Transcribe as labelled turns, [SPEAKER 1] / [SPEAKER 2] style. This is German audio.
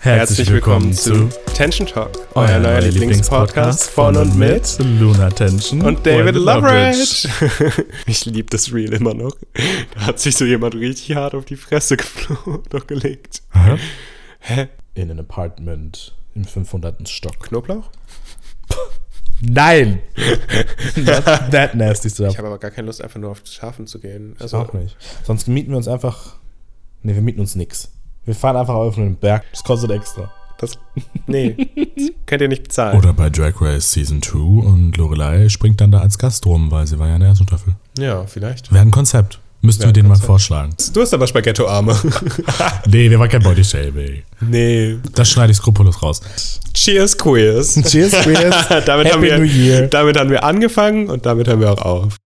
[SPEAKER 1] Herzlich willkommen zu Tension Talk, euer neuer Lieblingspodcast von und mit
[SPEAKER 2] Luna Tension
[SPEAKER 1] und David Loveridge. Ich liebe das Reel immer noch. Da hat sich so jemand richtig hart auf die Fresse geflogen und gelegt.
[SPEAKER 2] Hä? In einem Apartment im 500. Stock.
[SPEAKER 1] Knoblauch?
[SPEAKER 2] Nein! that, that nasty stuff.
[SPEAKER 1] Ich habe aber gar keine Lust, einfach nur auf Schafen zu gehen. Also,
[SPEAKER 2] Ich auch nicht. Sonst mieten wir uns einfach. Ne, wir mieten uns nix. Wir fahren einfach auf einen Berg. Das kostet extra.
[SPEAKER 1] Das, nee, das könnt ihr nicht bezahlen.
[SPEAKER 3] Oder bei Drag Race Season 2 und Lorelei springt dann da als Gast rum, weil sie war ja in der ersten Staffel.
[SPEAKER 1] Ja, vielleicht.
[SPEAKER 3] Wäre ein Konzept. Müssten
[SPEAKER 1] Wäre
[SPEAKER 3] wir
[SPEAKER 1] ein
[SPEAKER 3] denen mal
[SPEAKER 1] Konzept.
[SPEAKER 3] vorschlagen.
[SPEAKER 1] Du hast aber Spaghetto-Arme.
[SPEAKER 3] Nee, wir waren kein Body Shaming.
[SPEAKER 1] nee.
[SPEAKER 3] Das schneide ich skrupulos raus.
[SPEAKER 1] Cheers, Queers.
[SPEAKER 2] Cheers, Chris.
[SPEAKER 1] damit,
[SPEAKER 2] Happy
[SPEAKER 1] haben wir,
[SPEAKER 2] New Year.
[SPEAKER 1] damit haben wir angefangen und damit hören wir auch auf.